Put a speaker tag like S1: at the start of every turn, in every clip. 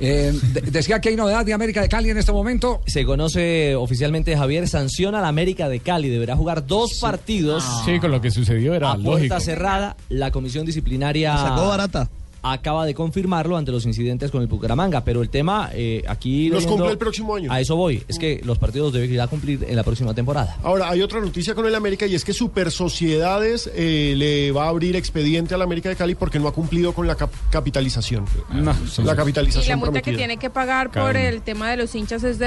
S1: Eh, de- decía que hay novedad de América de Cali en este momento.
S2: Se conoce oficialmente Javier sanciona a la América de Cali. Deberá jugar dos partidos
S3: Sí, con lo que sucedió era
S2: a puerta
S3: Ah, lógico.
S2: cerrada. La comisión disciplinaria
S4: barata.
S2: acaba de confirmarlo ante los incidentes con el Bucaramanga. Pero el tema eh, aquí.
S5: Los
S2: leyendo-
S5: cumple el próximo año.
S2: A eso voy. Es que los partidos deben ir a cumplir en la próxima temporada.
S5: Ahora, hay otra noticia con el América y es que Super Sociedades eh, le va a abrir expediente al América de Cali porque no ha cumplido con la cap- capitalización.
S3: No, sí,
S5: La
S3: sí.
S5: capitalización.
S6: Y la multa que
S5: prometida.
S6: tiene que pagar por
S3: Caramba.
S6: el tema de los hinchas es de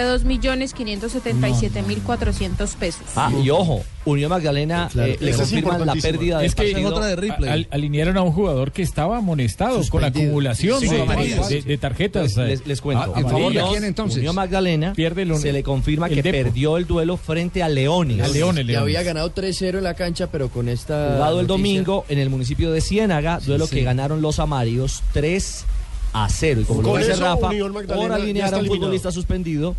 S6: 2.577.400 pesos.
S2: Ah, y ojo, Unión Magdalena
S4: Claro,
S2: eh, le
S5: esa es
S2: confirman la
S5: importantísima.
S2: pérdida de
S3: Es que
S4: Esa es otra de Ripley.
S3: Al- alinearon a un jugador que estaba amonestado con la
S4: Suspendido.
S3: acumulación
S4: Cinco
S3: de,
S4: amarillas.
S3: de- de tarjetas.
S2: Les, les- les cuento.
S3: Ah,
S1: ¿En favor de
S3: amarillas.
S1: quién, entonces?
S2: Unión Magdalena
S3: Pierde el-
S2: se le confirma
S3: el
S2: que
S3: Depo.
S2: perdió el duelo frente a Leones.
S3: A Leones,
S4: Le
S3: Leones.
S4: había ganado 3-0 en la cancha, pero con esta.
S2: Jugado el
S4: noticia-
S2: domingo en el municipio de Ciénaga, duelo
S4: sí.
S2: que ganaron los amarillos 3 a 0. Y como lo
S5: Con
S2: dice
S5: eso,
S2: Rafa,
S5: Unión Magdalena
S2: por
S5: ya
S2: alinear
S5: está
S2: a un
S5: eliminado.
S2: futbolista suspendido,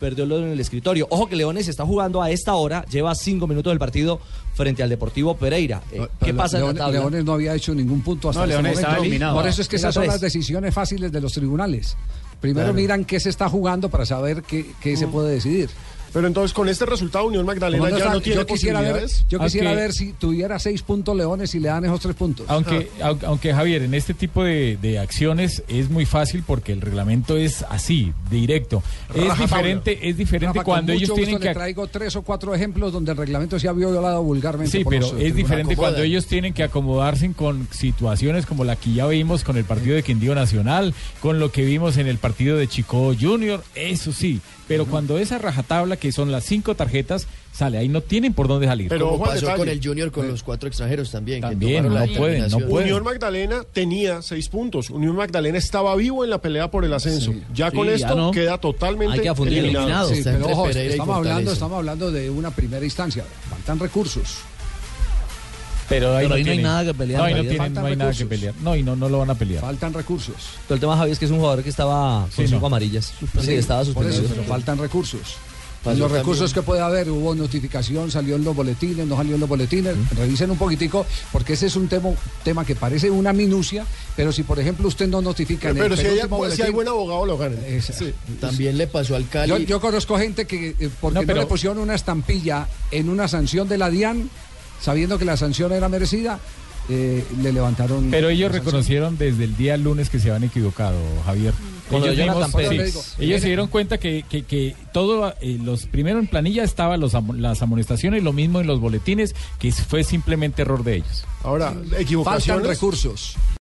S2: perdió el duelo en el escritorio. Ojo que Leones está jugando a esta hora, lleva 5 minutos del partido frente al Deportivo Pereira. Eh,
S1: Ah, Pero
S2: ¿Qué
S1: Le-
S2: pasa en
S1: Leones,
S2: la tabla?
S1: Leones no había hecho ningún punto hasta
S3: No,
S1: ese
S3: Leones
S1: momento.
S3: estaba eliminado.
S1: Por eso es que
S2: Era
S1: esas son
S2: tres.
S1: las decisiones fáciles de los tribunales. Primero miran qué se está jugando para saber qué, qué se puede decidir.
S5: Pero entonces, con este resultado, Unión Magdalena
S1: Por lo
S5: ya
S1: menos,
S5: no tiene
S1: yo quisiera ver,
S5: posibilidades.
S1: yo quisiera
S3: Aunque-
S1: ver si tuviera seis puntos Leones y le dan esos tres puntos.
S3: Aunque, au- aunque Javier, en este tipo de, de acciones es muy fácil porque el reglamento es así, directo. Es
S5: Rajatabla.
S3: diferente, es diferente
S1: Rafa, con
S3: cuando
S1: mucho
S3: ellos
S1: gusto
S3: tienen que
S1: le
S3: ac-
S1: traigo tres o cuatro ejemplos donde el reglamento se ha violado vulgarmente.
S3: Sí,
S1: por
S3: pero
S1: los, eh,
S3: es
S1: tribunales.
S3: diferente cuando
S4: acomodan.
S3: ellos tienen que acomodarse con situaciones como la que ya vimos con el partido de Quindío Nacional, con lo que vimos en el partido de Chico Junior, eso sí. Pero cuando esa rajatabla, que son las cinco tarjetas, sale, ahí no tienen por dónde salir.
S5: Pero-
S4: Como
S5: ojo al
S4: pasó
S5: detalle.
S4: con el Junior con los cuatro extranjeros también. que
S3: También,
S4: tomaron la
S3: no pueden, no
S4: determinación.
S3: pueden.
S5: Unión Magdalena tenía seis puntos. Unión Magdalena estaba vivo en la pelea por el ascenso. Ya con
S2: Sí, ya
S5: esto
S2: no.
S5: queda totalmente
S2: Hay que afundir,
S5: eliminado.
S2: eliminado.
S1: Sí,
S4: Está
S1: pero
S4: entre
S1: ojo,
S4: Pereira y
S1: estamos hablando,
S4: Fortaleza.
S1: estamos hablando de una primera instancia. Faltan recursos.
S3: Pero ahí
S2: ahí no hay
S3: tienen.
S2: nada que pelear,
S3: No, ahí no,
S2: Javier.
S3: tienen,
S1: Faltan
S3: no hay nada que
S1: recursos.
S3: pelear. No, y no, no lo van a pelear.
S1: Faltan recursos.
S2: Pero el tema, Javier, es que es un jugador que estaba con
S3: Sí,
S2: cinco
S3: no.
S2: amarillas. Sí, estaba
S1: por eso,
S2: suspendido.
S1: pero faltan recursos.
S4: Pasó
S1: los recursos
S4: también.
S1: que puede haber, hubo notificación, salió en los boletines, no salió en los boletines, revisen un poquitico, porque ese es un tema, tema que parece una minucia, pero si por ejemplo usted no notifica
S5: Pero,
S1: en el
S5: si, hay,
S1: penúltimo
S5: si hay
S1: boletín-
S5: buen abogado, lo ganan.
S1: Esa-
S5: Sí.
S4: También le pasó al Cali.
S1: yo, yo conozco gente que eh, porque
S3: No,
S1: no,
S3: pero-
S1: le pusieron una estampilla en una sanción de la DIAN, sabiendo que la sanción era merecida, eh, le levantaron.
S3: Pero ellos
S1: la sanción.
S3: reconocieron desde el día lunes que se habían equivocado, Javier.
S2: Con lo de Jonathan
S3: sí,
S2: Pérez.
S3: ellos se dieron cuenta que, que, que todo, eh, los primero en planilla estaban los, am- las amonestaciones, lo mismo en los boletines, que fue simplemente error de ellos.
S5: Ahora,
S1: Faltan
S5: equivocaciones.
S1: recursos.